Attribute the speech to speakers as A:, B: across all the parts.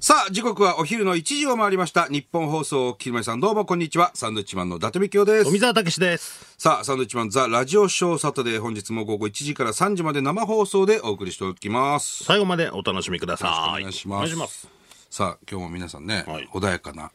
A: さあ、時刻はお昼の1時を回りました。日本放送、木村さん、どうもこんにちは。サンドウィッチマンの伊達美京です。
B: 富澤たけしです。
A: さあ、サンドウィッチマン、ザ・ラジオショーサタデー、本日も午後1時から3時まで生放送でお送りしておきます。
B: 最後までお楽しみください。
A: よろしくお願いします
B: お願いします。
A: さあ、今日も皆さんね、
B: はい
A: 穏やかな、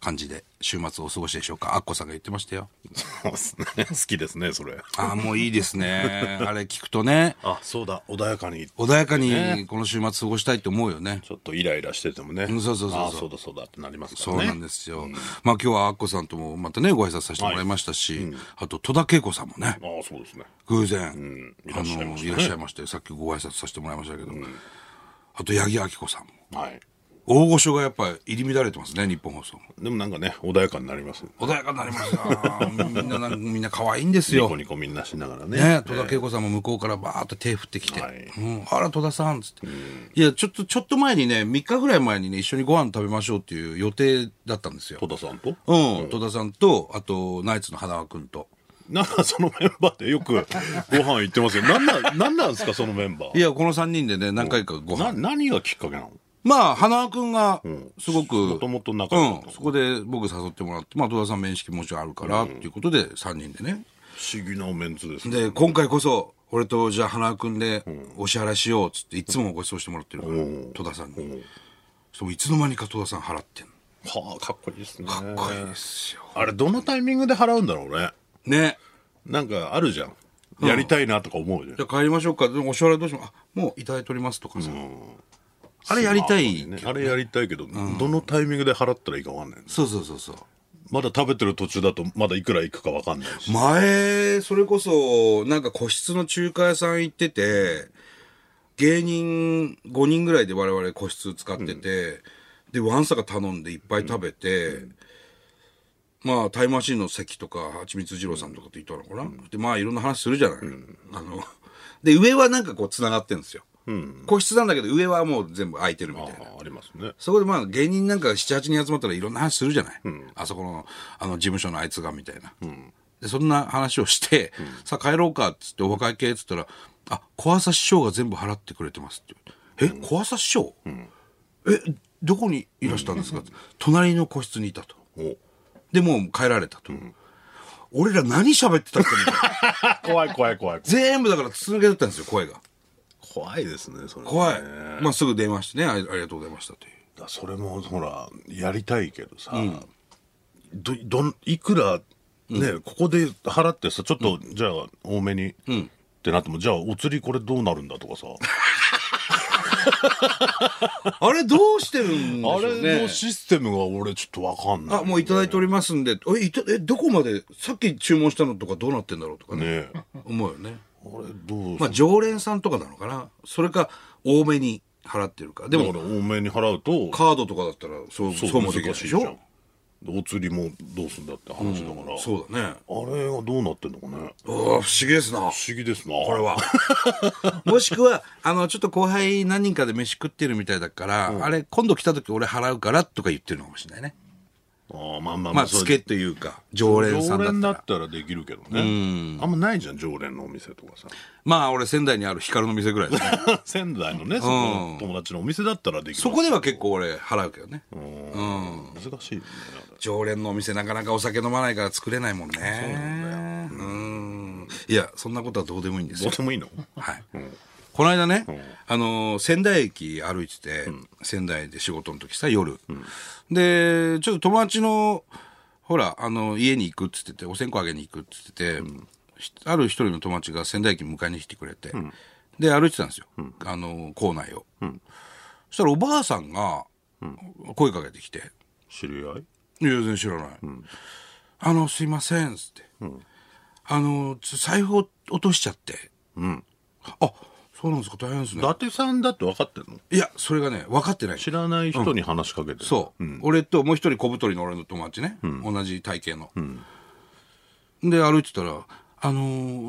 A: 感じで週末お過ごしでしょうか。アッコさんが言ってましたよ。
B: そうっすね好きですね、それ。
A: ああ、もういいです ね。あれ聞くとね、
B: あ、そうだ、穏やかに。
A: 穏やかにこの週末過ごしたいと思うよね。
B: ちょっとイライラしててもね。
A: んそうそうそうそう
B: あ、そうだそうだってなりますか
A: そ
B: ら
A: う
B: ね。
A: なんですよ。まあ今日はアッコさんともまたね、ご挨拶させてもらいましたし、あと戸田恵子さんもね、
B: あ、そうですね。
A: 偶然、
B: い
A: あ
B: らっしゃいま
A: の、
B: したね
A: いらっしゃいまして、さっきご挨拶させてもらいましたけど、あと八木亜希子さんも。
B: はい。
A: 大御所がやっぱり入り乱れてますね、日本放送も。
B: でもなんかね、穏やかになります。
A: 穏やかになりま した。みんな、なんかみんな可愛いんです
B: ニ
A: よ
B: コ。ニコみんなしながらね。
A: ね、戸田恵子さんも向こうからバーッと手振ってきて、
B: はい
A: うん、あら戸田さんっつって、いやちょっとちょっと前にね3日ぐらい前にね一緒にご飯食べましょうっていう予定だったんですよ
B: 戸、田さんと
A: うん戸田さんとあとナイツの花輪君と
B: なんかそのメンバーでよく ご飯行ってますよ。なんなん、なんなんですか、そのメンバ
A: い
B: ー。
A: やこの3人でね何回かご
B: な、
A: 飯
B: 何がきっかけなの
A: まあ花輪君がすごく、うん、
B: もともと仲良かった
A: うん、そこで僕誘ってもらって、まあ、戸田さん面識もちろんあるからっていうことで3人でね
B: 不思議なメンツですね。
A: で今回こそ俺とじゃあ花輪君でお支払いしようっつっていつもご馳走してもらってるから、戸田さんに、そのいつの間にか戸田さん払ってんの
B: はあ、かっこいいですね。
A: かっこいいですよ
B: あれ、どのタイミングで払うんだろうね。
A: ね
B: なんかあるじゃん。やりたいなとか思うじゃん
A: じ。ゃあ帰りましょうかでもお支払いどうしようあもういただいておりますとかさ、あれやりたい、
B: ねあれやりたいけど、どのタイミングで払ったらいいかわかんない。
A: そうそうそうそう
B: まだ食べてる途中だと、まだいくらいくかわかんないし。
A: 前それこそなんか個室の中華屋さん行ってて芸人5人ぐらいで我々個室使ってて、でワンサが頼んでいっぱい食べて、まあタイムマシーンの関とかはちみつ二郎さんとかって言ったのかな、でまあいろんな話するじゃない、あので上はなんかこうつながってるんですよ、個室なんだけど上はもう全部空いてるみたいな
B: あありますね。
A: そこでまあ芸人なんか7、8人集まったらいろんな話するじゃない。あそこの、あの事務所のあいつがみたいな。で、そんな話をして、さあ帰ろうかっつってお若い系っつったら、あ、小朝師匠が全部払ってくれてますって言う。え、小朝師匠、え、どこにいらしたんですか、って隣の個室にいたと。
B: お
A: で、もう帰られたと。俺ら何喋ってたっけみたい な。
B: 怖い怖い怖い。
A: 全部だから続けてたんですよ、声が。
B: 怖いですね、それ。
A: 怖い
B: だか。
A: まあすぐ電話してね、ありありがとうございましたという。
B: らそれも、ほら、やりたいけどさ、ど、どん、いくら、ね、ここで払ってさ、ちょっと、じゃあ、多めに、ってなっても、じゃあ、お釣りこれどうなるんだとかさ、
A: あれどうしてるんでしょ
B: あ
A: うね。
B: れのシステムが俺ちょっとわかんない。
A: あ、もういただいておりますんで、え、いたえどこまで、さっき注文したのとかどうなってんだろうとかね、
B: ねえ。
A: 思うよね。
B: あれ、どう
A: まあ、常連さんとかなのかな。それか、多めに払ってるか。で
B: だか
A: も、
B: ら多めに払うと
A: カードとかだったら、そう、そうもできないでしょ
B: お釣りもどうすんだって話だから、
A: そうだね。
B: あれがどうなってんのかね
A: ああ、不思議ですな。
B: 不思議ですな
A: これは。 もしくは、あの、ちょっと後輩何人かで飯食ってるみたいだから、あれ、今度来た時俺払うからとか言ってるのかもしれないね。
B: ああまあまあ
A: まあ、
B: そ
A: つ
B: う
A: けというか、常連さ
B: 常
A: んだった
B: 連だ
A: ら
B: っ。たらできるけどねあんまないじゃん常連のお店とか さ
A: まあ、俺、仙台にある光の店ぐらいだね。
B: 仙台のねそこの友達のお店だったらできる
A: そこでは結構俺、払うけどね。
B: うん難しいねあれ
A: 常連のお店なかなかお酒飲まないから作れないもんねそうなんだよんいやそんなことはどうでもいいんです
B: ど
A: よ
B: う、でもいいの
A: はいこの間ね、あのー仙台駅歩いてて、仙台で仕事の時さ夜、でちょっと友達のほらあの家に行くっつっててお線香あげに行くっつってて、ひある一人の友達が仙台駅迎えに来てくれて、で歩いてたんですよ、あのー構内を、そしたらおばあさんが声かけてきて、
B: 知り合い
A: いや全然知らない、あのすいませんっつって、あのつ財布を落としちゃって、あそうなんですか大変です
B: 伊
A: ね
B: 達さんだって分かってんの
A: いやそれがね分かってない
B: 知らない人に話しかけて
A: そう、俺ともう一人小太りの俺の友達ね、同じ体型の、で歩いてたら「あの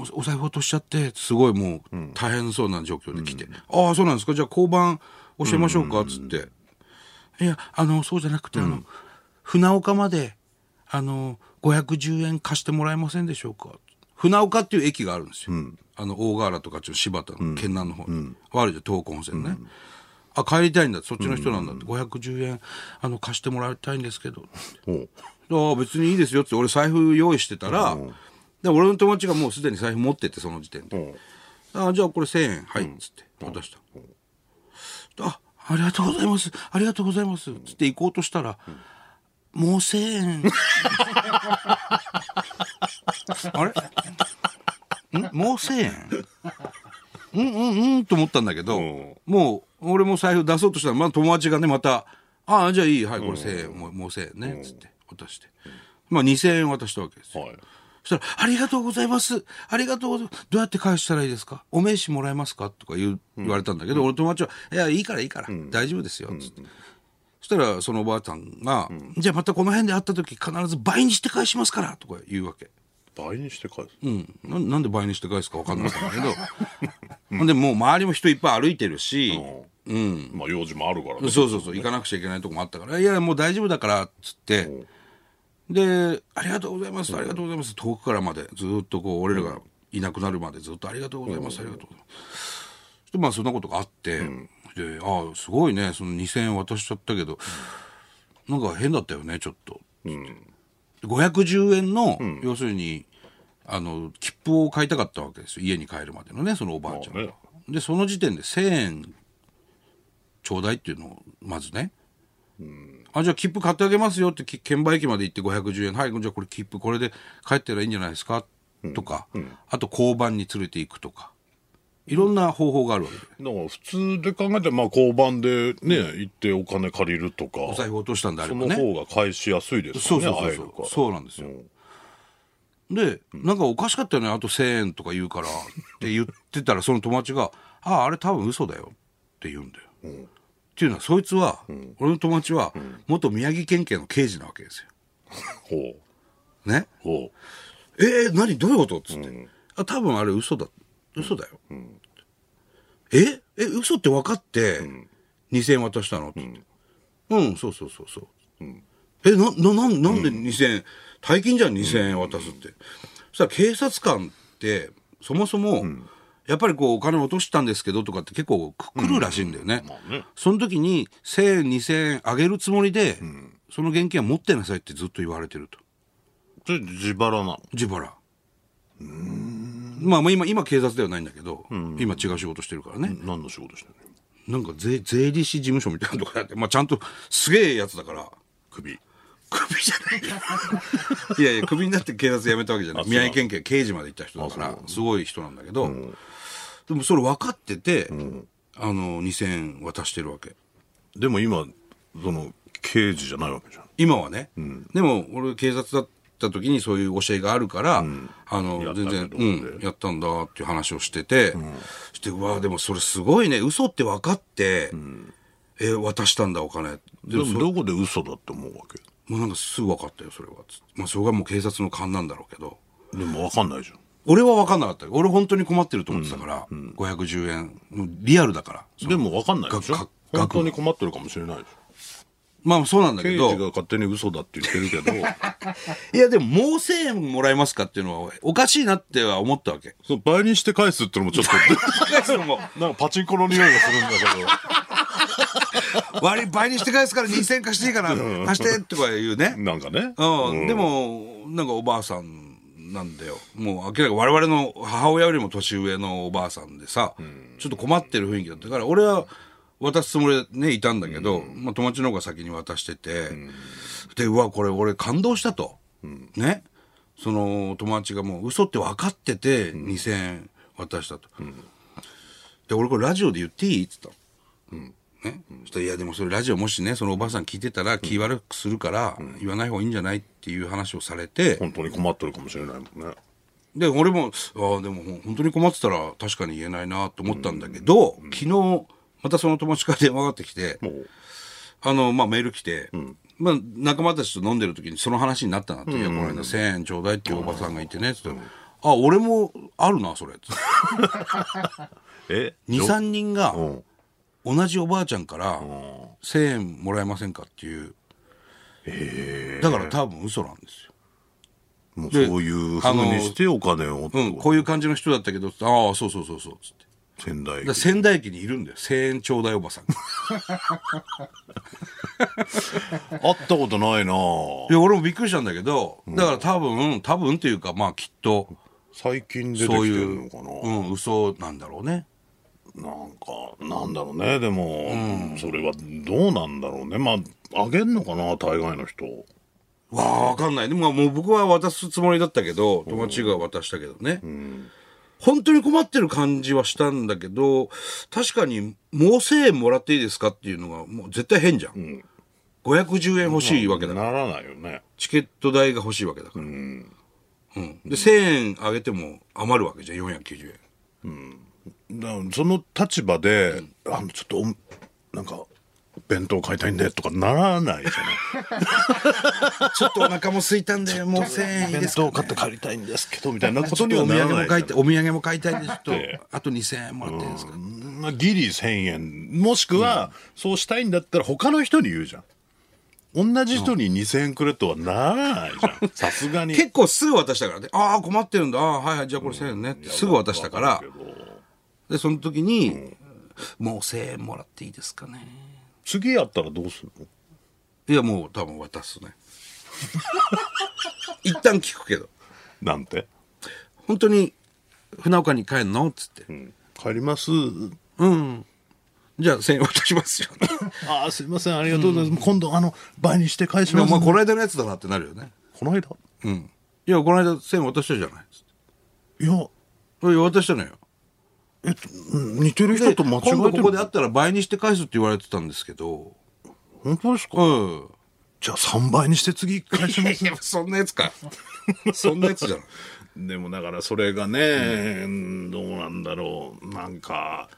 A: ーおお財布落としちゃって」すごいもう大変そうな状況で来て「ああそうなんですかじゃあ交番教えましょうか」っつって、いやあのそうじゃなくて、あの船岡まであの510円貸してもらえませんでしょうか」船岡っていう駅があるんですよ、あの大河原とかちょっと柴田の県南の方に、悪いで東北本線ね、あ帰りたいんだそっちの人なんだって、510円あの貸してもらいたいんですけど
B: ほう
A: ああ別にいいですよって俺財布用意してたら、で俺の友達がもうすでに財布持っててその時点で、
B: ほう
A: あじゃあこれ1000円はいっつって渡した、あありがとうございますありがとうございますっつって行こうとしたら、もう1000円 あれんもう1000円うんうんうんと思ったんだけど、
B: うん
A: もう俺も財布出そうとしたら、まあ、友達がねまた「ああじゃあいいはいこれ1000円、もうもう1000円ね」っつって渡して、まあ、2000円渡したわけですよ
B: はい
A: そしたら、ありがとうございます。ありがとうございます。どうやって返したらいいですかお名刺もらえますかとか言う言われたんだけど、俺友達は、いや、いいからいいから、大丈夫ですよ。つって。そしたら、そのおばあちゃんが、じゃあまたこの辺で会った時必ず倍にして返しますから、とか言うわけ。
B: 倍にして返す、
A: うん。ななんで倍にして返すか分かんなかったんだけ ど。でもう周りも人いっぱい歩いてるし、
B: うん、まあ用事もあるからね
A: そうそうそう、行かなくちゃいけないとこもあったから、いや、もう大丈夫だから、つって、で、ありがとうございます、ありがとうございます、遠くからまで、ずっとこう、俺らがいなくなるまで、ずっとありがとうございます、ありがとうございます。で、まあ、そんなことがあって、で、ああ、すごいね、その2000円渡しちゃったけど、なんか変だったよね、ちょっと。で510円の、要するに、あの、切符を買いたかったわけですよ、家に帰るまでのね、そのおばあちゃんが
B: まあね
A: で、その時点で1000円ちょうだいっていうのをまずね、あじゃあ切符買ってあげますよってき券売機まで行って510円はいじゃあこれ切符これで帰ったらいいんじゃないですかとか、あと交番に連れて行くとかいろんな方法があるわけで、
B: だから普通で考えてまあ交番でね、行ってお金借りるとか
A: お財布落としたんであれ
B: そ
A: ば
B: の
A: ね
B: 方が返しやすいです
A: そ
B: よ
A: うそう
B: ね
A: そう
B: 入
A: そ
B: るか
A: う
B: ら
A: そうなんですよ、でなんかおかしかったよねあと1000円とか言うからって言ってたらその友達が「あああれ多分嘘だよ」って言うんだよ、っていうのはそいつは、俺の友達は、元宮城県警の刑事なわけです
B: ほう
A: よね
B: ほ
A: えー、何どういうことっつって、あ多分あれ嘘だ嘘だよ、ええ嘘って分かって、2000円渡したのってってうん、そうそうそうそう、えなななんなんで2000円、大金じゃん2000円渡すって、そしたら警察官ってそもそも、やっぱりこうお金落としたんですけどとかって結構く来るらしいんだよね,、
B: あね
A: その時に1000円2000円あげるつもりで、その現金は持ってなさいってずっと言われてると
B: うそれ自腹なの
A: 自腹まあまあ今今警察ではないんだけど、今違う仕事してるからね、
B: 何の仕事してん
A: な
B: の
A: んか税税理士事務所みたいなとこやって、まあ、ちゃんとすげえやつだから
B: 首
A: クビじゃ ないいやいやクビになって警察辞めたわけじゃない宮城県警刑事まで行った人だからすごい人なんだけど、でもそれ分かってて、あの2000円渡してるわけ
B: でも今その刑事じゃないわけじゃん
A: 今はね、でも俺警察だった時にそういう教えがあるから、あ
B: や
A: の
B: ったん
A: 全
B: だ
A: 然
B: と
A: う
B: 思って
A: んやったんだっていう話をしてて、してうわでもそれすごいね嘘って分かって、え渡したんだお金で
B: で
A: も
B: も
A: そ
B: どこで嘘だって思うわけ
A: もうなんかすぐ分かったよそれはつってまあそれがもう警察の勘なんだろうけど
B: でも分かんないじゃん
A: 俺は分かんなかったよ俺本当に困ってると思ってたから、510円もうリアルだから
B: でも分かんないでしょ
A: がが
B: 本当に困ってるかもしれないでしょ
A: まあそうなんだけ
B: 刑
A: ど
B: 事が勝手に嘘だって言ってるけ ど
A: いやでももう1000円もらえますかっていうのはおかしいなっては思ったわ け
B: その倍にして返すってのもちょっ と
A: も
B: なんかパチンコの匂いがするんだけど
A: 割り倍にして返すから2000円貸していいかな貸してとか言うね、
B: なんかね。
A: うん、でもなんかおばあさんなんだよもう明らかに我々の母親よりも年上のおばあさんでさ、ちょっと困ってる雰囲気だったから俺は渡すつもりでねいたんだけど、まあ、友達の方が先に渡してて、でうわこれ俺感動したと、ねその友達がもう嘘って分かってて2000円渡したと、で俺これラジオで言っていいっつったのね、そしたら「いやでもそれラジオもしねそのおばあさん聞いてたら気悪くするから言わない方がいいんじゃない?」っていう話をされて、
B: 本当に困ってるかもしれないもんね。
A: で俺も「ああでもほん本当に困ってたら確かに言えないな」と思ったんだけど、昨日またその友達から電話がかってきて
B: もう、
A: あの、まあ、メール来て、まあ、仲間たちと飲んでる時にその話になったなって「いやこの間1,000円ちょうだい」っていうおばさんがいてねつって「あ俺もあるなそれ」つって
B: え
A: 23人が
B: ん
A: 同じおばあちゃんから1,000円もらえませんかっていうだから多分嘘なんですよ、
B: もう
A: で
B: そういうふうにしてお金を。
A: うん、こういう感じの人だったけどああそうそうそうそうつって
B: 仙台
A: ら
B: 駅
A: 仙台駅にいるんだよ。千円ちょうだいおば さんが。
B: 会ったことないない
A: や、俺もびっくりしたんだけど、だから多分、多分っていうか、まあきっと、
B: 最近出てき
A: そう
B: て
A: い
B: るの
A: う、
B: かな
A: うん、嘘なんだろうね。
B: なんか、なんだろうね、でも、それはどうなんだろうね。まあ、あげんのかな、大概の人。
A: わあ、わかんない。でも、もう僕は渡すつもりだったけど、友達が渡したけどね。本当に困ってる感じはしたんだけど、確かに、もう1000円もらっていいですかっていうのが、もう絶対変じゃん。510円欲しいわけだから。
B: ならないよね。
A: チケット代が欲しいわけだから。うん。で、1000円あげても余るわけじゃん、490円。
B: だからその立場で、あの、ちょっとお、なんか、弁当買いたいんでとかならないじ
A: ちょっとお腹も空いたんで、もう1000
B: ゃ
A: 円
B: ん。
A: いい
B: 弁
A: ですか
B: 当買って帰 りたいんですけど、みたいなこ
A: ちょ
B: と
A: っ
B: に
A: と
B: は
A: お土
B: なら
A: 産
B: な
A: も
B: いじゃ
A: 買
B: ん。
A: いたい、お土産も買いたいんで、ちょっと
B: ええ、
A: あと2000円もらっていいですか、
B: まあ、ギリ1000円。もしくは、そうしたいんだったら他の人に言うじゃん。同じ人に2000円くれとはならないじゃん。 さすがに。
A: 結構すぐ渡したからね。ああ、困ってるんだ。ああ、はいはい、じゃあこれ1000円ねってすぐ渡したから
B: わ。るけど
A: で、その時に、もう1000円もらっていいですかね。
B: 次やったらどうするの
A: いや、もう多分渡す ね。一旦聞くけど。
B: なんて、
A: 本当に、船岡に帰んのっつって。
B: 帰ります
A: じゃあ1000円渡しますよ。
B: ああすいませんありがとうございます、今度あの倍にして返
A: で
B: し
A: も、
B: ま
A: お
B: す、
A: 前この間のやつだなってなるよね。
B: この間
A: うん。いや、この間1000円渡したじゃない。つって
B: いや
A: いや、渡したのよ。
B: えっとうん似てる人
A: で
B: と間違えてる
A: 今度ここで会ったら倍にして返すって言われてたんですけど。
B: 本当ですか
A: うん。
B: じゃあ3倍にして次返しま
A: い
B: す
A: や、そんなやつか。 そんなやつじゃない。
B: でもだからそれがね、うんどうなんだろうなんか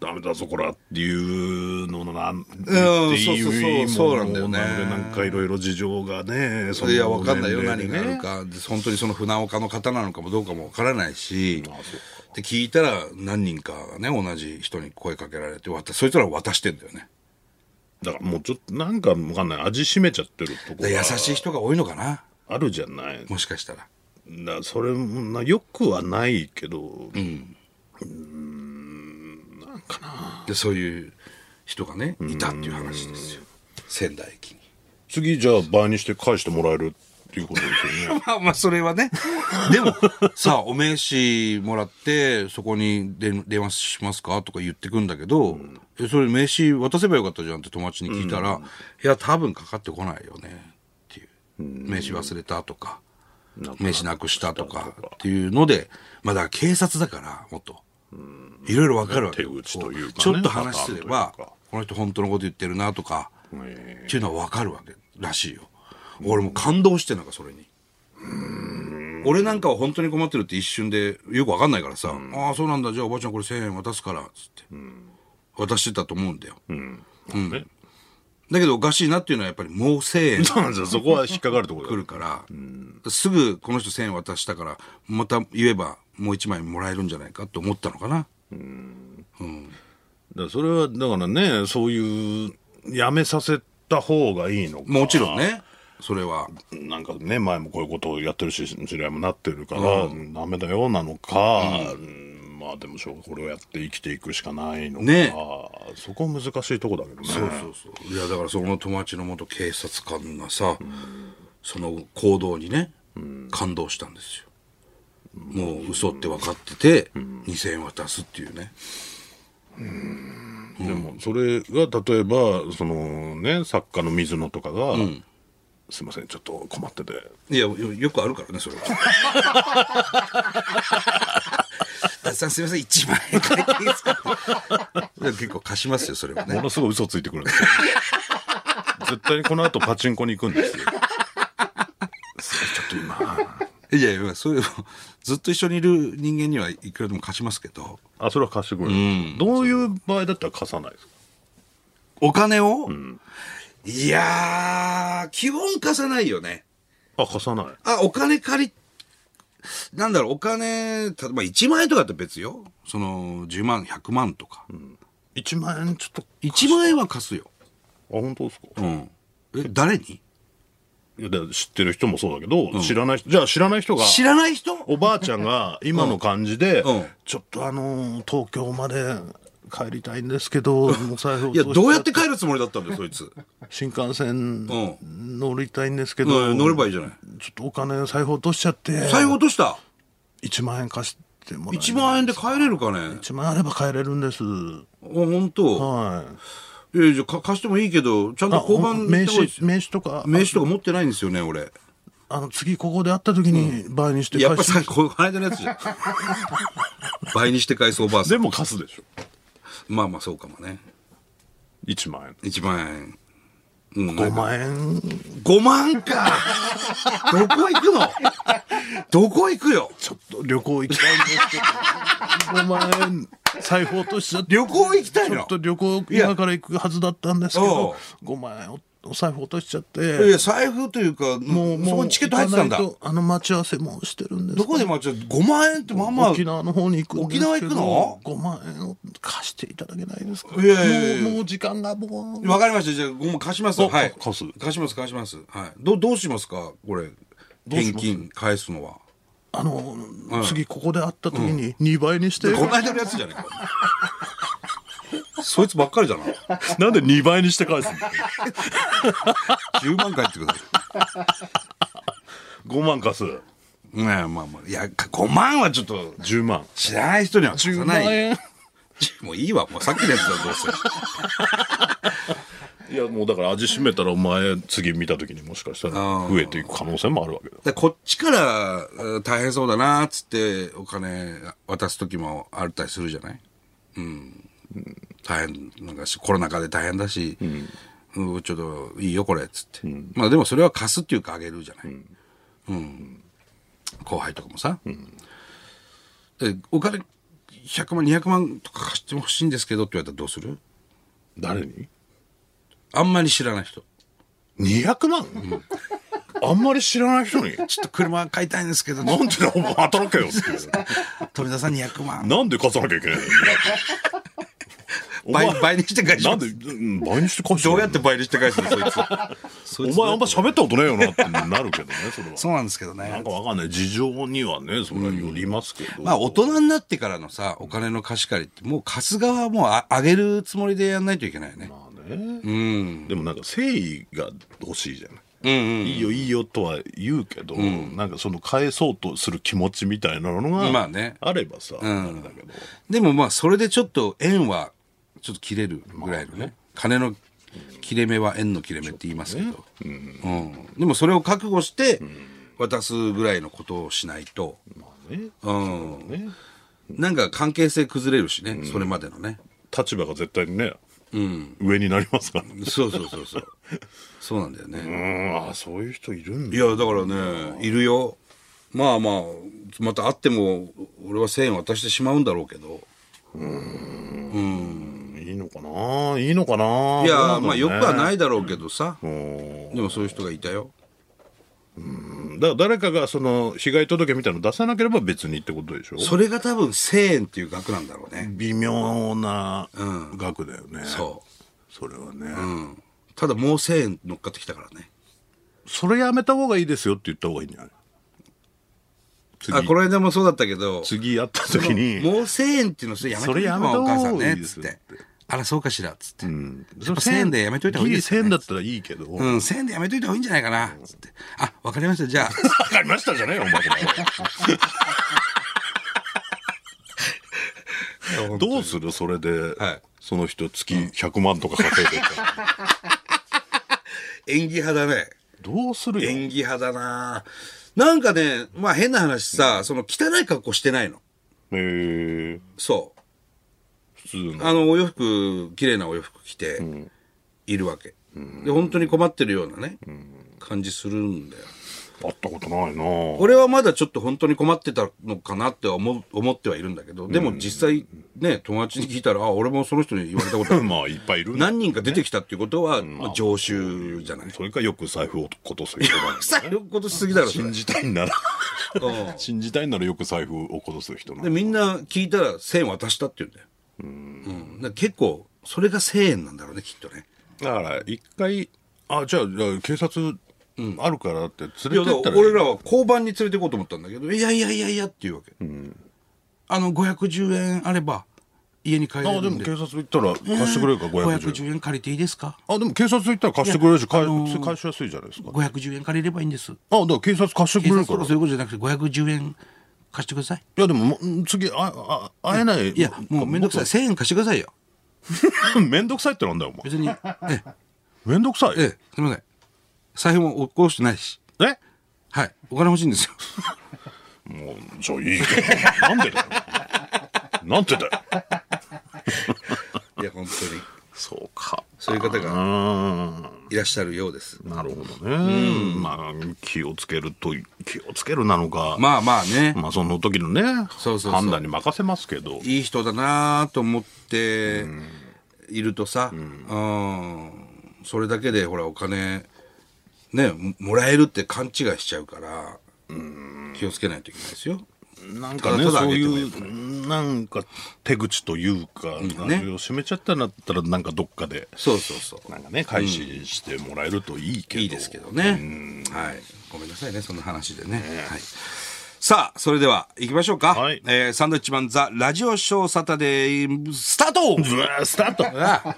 B: ダメだぞこらっていうのなん
A: うん
B: ってい
A: そうそうそうそう
B: も
A: なんだよね
B: のでなんかいろいろ事情がねその
A: いや、わかんないよ、
B: 年
A: 何
B: 齢で
A: があるか。で本当にその船岡の方なのかもどうかもわからないし
B: あそう、
A: で、聞いたら何人かがね、同じ人に声かけられて、渡そいつらを渡してんだよね。
B: だからもうちょっとなんかわかんない味しめちゃってるとこ
A: で優
B: が
A: しい人が多いのかな
B: あるじゃない
A: もしかしたら。
B: だそれもなよくはないけど、
A: で、そういう人がね、いたっていう話ですよ。仙台駅 に。
B: 次じゃあ倍にして返してもらえるっていうことです よね
A: まあまあ、それはね。 でも、さあ、お名刺もらって、そこに電電話しますかとか言ってくんだけど、えそれ名刺渡せばよかったじゃんって友達に聞いたら、いや、多分かかってこないよね、っていう。名刺忘れたとか、名刺なくしたとかっていうので、まあだから警察だから、もっと。いろいろわかるわけよ
B: 手口というかね
A: ちょっと話すれば
B: パターンというか、
A: この人本当のこと言ってるなとか、
B: え
A: っていうのは分かるわけらしいよ俺も感動してなんかそれに俺なんかは本当に困ってるって一瞬でよく分かんないからさ「ああそうなんだじゃあおばあちゃんこれ1,000円渡すから」つって渡してたと思うんだよ
B: ーね
A: だけどおかしいなっていうのはやっぱりもう1,000円
B: そうなんですよそこは引っかかるところ
A: 来
B: だよ
A: るからすぐこの人1,000円渡したからまた言えばもう1枚もらえるんじゃないかと思ったのかな
B: だからそれはだからねそういうやめさせた方がいいのか
A: もちろんねそれは
B: なんかね前もこういうことをやってるし知り合いもなってるから、ダメだよなのか、うんまあでもしょうこれをやって生きていくしかないのか、
A: ね
B: そこ難しいとこだけどね
A: そうそうそういやだからその友達の元警察官がさ、その行動にね、感動したんですよもう嘘って分かってて、2,000円渡すっていうね
B: でもそれが例えばそのね作家の水野とかが、すいませんちょっと困ってて
A: いやよよくあるからねそれ は達さんすいません1万円借りていいですかいや結構貸しますよそれはね
B: ものすごい嘘ついてくるんですよ 絶対にこの後パチンコに行くんですよちょっと今
A: いやいやそういうずっと一緒にいる人間にはいくらでも貸しますけど
B: あそれは貸してくれる、どういう場合だったら貸さないですか
A: お金を、いやー基本貸さないよね
B: あ貸さない
A: あ、お金借り、なんだろう、お金、たまあ、1万円とかって別よ。その、10万、100万とか。
B: 1万円ちょっと
A: 1万円は貸すよ。
B: あ本当ですか、
A: うん。え、誰に
B: いや知ってる人もそうだけど、知らない人、じゃあ知らない人が、
A: 知らない人
B: おばあちゃんが今の感じで、
A: うんうん
B: ちょっとあのー東京まで帰りたいんですけど、お財布
A: いや、
B: 落としちゃ
A: どうやって帰るつもりだったんだよ、そい つ。
B: 新幹線
A: ん
B: 乗りたいんですけど、
A: うん乗ればいいじゃない。
B: ちょっとお金、財布落としちゃって、
A: 財布落とした。
B: 1万円貸してもらえ
A: 1万円で帰れるかね
B: 1万円あれば帰れるんです。
A: あ、本当。
B: はい。
A: えー、じゃあか貸してもいいけど、ちゃんと
B: あ
A: 交
B: ほ
A: 番
B: ん名
A: 行った方がいい
B: 刺
A: ですよ
B: 名刺とか
A: 名刺とか持ってないんですよね、俺。
B: ああの次ここで会った時に倍にして
A: やっぱ
B: 返
A: り
B: し
A: さ、こう、金のやつ じゃん。倍にして返すおばあさん。
B: でも貸すでしょ
A: まあまあ、そうかもね。
B: 1万円
A: 1万円。うん、
B: 5万円
A: 5万 かどこ行くのどこ行くよ
B: ちょっと旅行行きたいんですけど5万円財布落としちゃって
A: 旅行行きたい
B: ちょ
A: の
B: っと旅行
A: いや
B: 今から行くはずだったんですけ
A: おう
B: ど5万円おお財布落としちゃっ
A: い
B: て
A: や、財布というか、も
B: も
A: う、
B: う
A: そこ
B: もう
A: にチケット入ってたんだ。
B: 行かないとあの待ち合わせもしてるんです
A: どこで待ち合わせ ?5 万円ってまあまあ。
B: 沖縄の方に行くんですけど
A: 沖縄行
B: 5万円を貸していただけないですか
A: いやいやいや
B: もうもう時間がもう
A: わかりました。じゃあ、ごめん貸します。
B: あ
A: はい。
B: 貸す
A: 貸します、貸します。はい。どう、どうしますかこれ。
B: うし
A: 現
B: ます
A: 金返すのは。
B: あの、次ここで会った時に2倍にして、
A: この間のやつじゃねえか。 そいつばっかりだな。
B: なんで2倍にして返すんだ
A: 10万返ってくださ
B: 5万貸す
A: い。ねえ、まあまあ。いや、5万はちょっと、
B: 10万
A: 知らない人には貸さ
B: 10
A: な
B: 万
A: い。
B: 円
A: もういいわ、もうさっきのやつだ、どうせ。
B: いやもうだから味しめたらお前次見た時にもしかしたら増えていく可能性もあるわけだ
A: でこっちからえー大変そうだなっつってお金渡す時もあったりするじゃないうん大変なんかしコロナ禍で大変だし、うんちょっといいよこれっつって、まあでもそれは貸すっていうかあげるじゃない、うん後輩とかもさ、でお金100万200万とか貸してほしいんですけどって言われたらどうする
B: 誰に
A: あんまり知らない人
B: ?200 万、あんまり知らない人に
A: ちょっと車買いたいんですけど
B: なんでだお前働けよって
A: 富田さん200万
B: なんで貸さなきゃいけないのお前
A: 倍倍にして返し
B: な
A: ま
B: ん
A: す
B: でうん倍にして返して
A: どうやって倍にして返すのそいつそいつ
B: お前あんま喋ったことねえよなってなるけどねそれは
A: そうなんですけど
B: なん
A: ね
B: かわかんない事情にはねそれはよりますけど、
A: まあ大人になってからのさお金の貸し借りってもう貸す側はもうあ上げるつもりでやんないといけないよね、
B: まあね、でもなんか誠意が欲しいじゃない、いいよいいよとは言うけど、なんかその返そうとする気持ちみたいなのが、
A: まあね
B: あればさ、あれだけど
A: でもまあそれでちょっと円はちょっと切れるぐらいのね,、金の切れ目は円の切れ目って言いますけど、うんでもそれを覚悟して渡すぐらいのことをしないと、
B: まあね
A: うん
B: ね
A: なんか関係性崩れるしね、それまでの ね
B: 立場が絶対にね、上になりますからね
A: そうそうそうそうそうなんだよね、
B: うんああそういう人いるん
A: い
B: だ
A: やだからねいるよまあまあまた会っても俺は1000円渡してしまうんだろうけど
B: いいのかないいのかない
A: いやまあよくはないいだろうけどさでもそういう人がいたよ
B: だから誰かがその被害届みたいの出さなければ別にってことでしょ
A: それが多分1000円っていう額なんだろうね
B: 微妙な額だよね、
A: そ
B: それは
A: う、
B: ね、
A: うん、ただもう1000円乗っかってきたからね
B: それやめた方がいいですよって言った方がいいんじゃない次
A: あこの間もそうだったけど
B: 次やった時に
A: もう1000円っていうのそれやめといた方がお母さんねっつってあらそうかしらっつって、それ1000円でやめといた方がいいです
B: 1000
A: よ、
B: 円
A: ね
B: だったらいいけど、
A: う
B: わ
A: ん、1000円でやめといた方がいいんじゃないかなっつってあわかりましたじゃあ
B: かりましたじゃねえよお前これ どうする それで、
A: はい
B: その人月100万とか稼いでた ら
A: 演技派だね
B: どうするよ
A: 演技派だななんかね、まあ変な話さ、その汚い格好してないの。
B: えー、
A: そ
B: 普通
A: う。
B: の
A: あの、お洋服、綺麗なお洋服着て、いるわけ。で、本当に困ってるようなね、感じするんだよ。
B: 会ったことないなぁ
A: 俺はまだちょっと本当に困ってたのかなって思う思ってはいるんだけど、でも実際ね、友達に聞いたら、あ、俺もその人に言われた ことある。
B: まあいっぱいいるんだ
A: 何人か出てきたっていうことは、まあ、常習じゃない。
B: それかよく財布を落とす人 なんだ
A: さよことしすぎだろ、それ
B: 信じたいんなら
A: うん
B: 信じたいんならよく財布を落とす人なんだ
A: でみんな聞いたら1000円渡したって言うんだよ、うんだから結構それが1000円なんだろうねきっとね
B: だから一回あじゃあじゃあ警察あるからって
A: いや
B: 連れ
A: だ
B: てっ
A: か
B: た
A: ら
B: らいい
A: 俺らは交番に連れて行こうと思ったんだけどいやいやいやいやっていうわけ、あの510円あれば家に帰れ
B: あで
A: るん
B: も
A: で
B: 警察行ったら貸してくれるか510円
A: 円借りていいですか
B: あでも警察行ったら貸してくれる
A: い
B: し
A: や
B: 返
A: あのー
B: 返しやすいじゃないですか
A: 510円借りればいいんです
B: あだから警察貸して
A: 警
B: く
A: 察
B: れるか
A: と
B: ら
A: か
B: い
A: そういうことじゃなくて510円貸してください
B: やでももう次ああ会えない
A: いやもうめんどくさい1000円貸してくださいよ
B: い めんどくさいってなんだよお前
A: 別にええ
B: めんどくさい
A: ええすみません財布も落っこしてないし
B: え
A: はいお金欲しいんですよ
B: もうじゃあいいけどなんでだよなんでだよ
A: いや本当に
B: そうか
A: そういう方
B: う
A: が
B: ーん
A: いらっしゃるようです
B: なるほどね、まあ気をつけると気をつけるなのかま
A: まあまあね、
B: あその時のね
A: そうそうそう
B: 判断に任せますけど
A: いい人だなと思っているとさ、うん、それだけでほらお金ねももらえるって勘違いしちゃうから、気をつけないといけないですよ。
B: なんかね
A: ただただ
B: そう
A: 上げても
B: い
A: やっぱり
B: うなんか手口というか、あ
A: ね
B: れを締めちゃったんだったらなんかどっかで
A: そうそうそう。
B: なんかね開始してもらえるといいけど、
A: いいですけどね。はい。ごめんなさいね、そんな話でね。はい。さあ、それでは行きましょうか。
B: はい
A: え ーサンドウィッチマンザラジオショーサタデースタート
B: うわースタート
A: ああ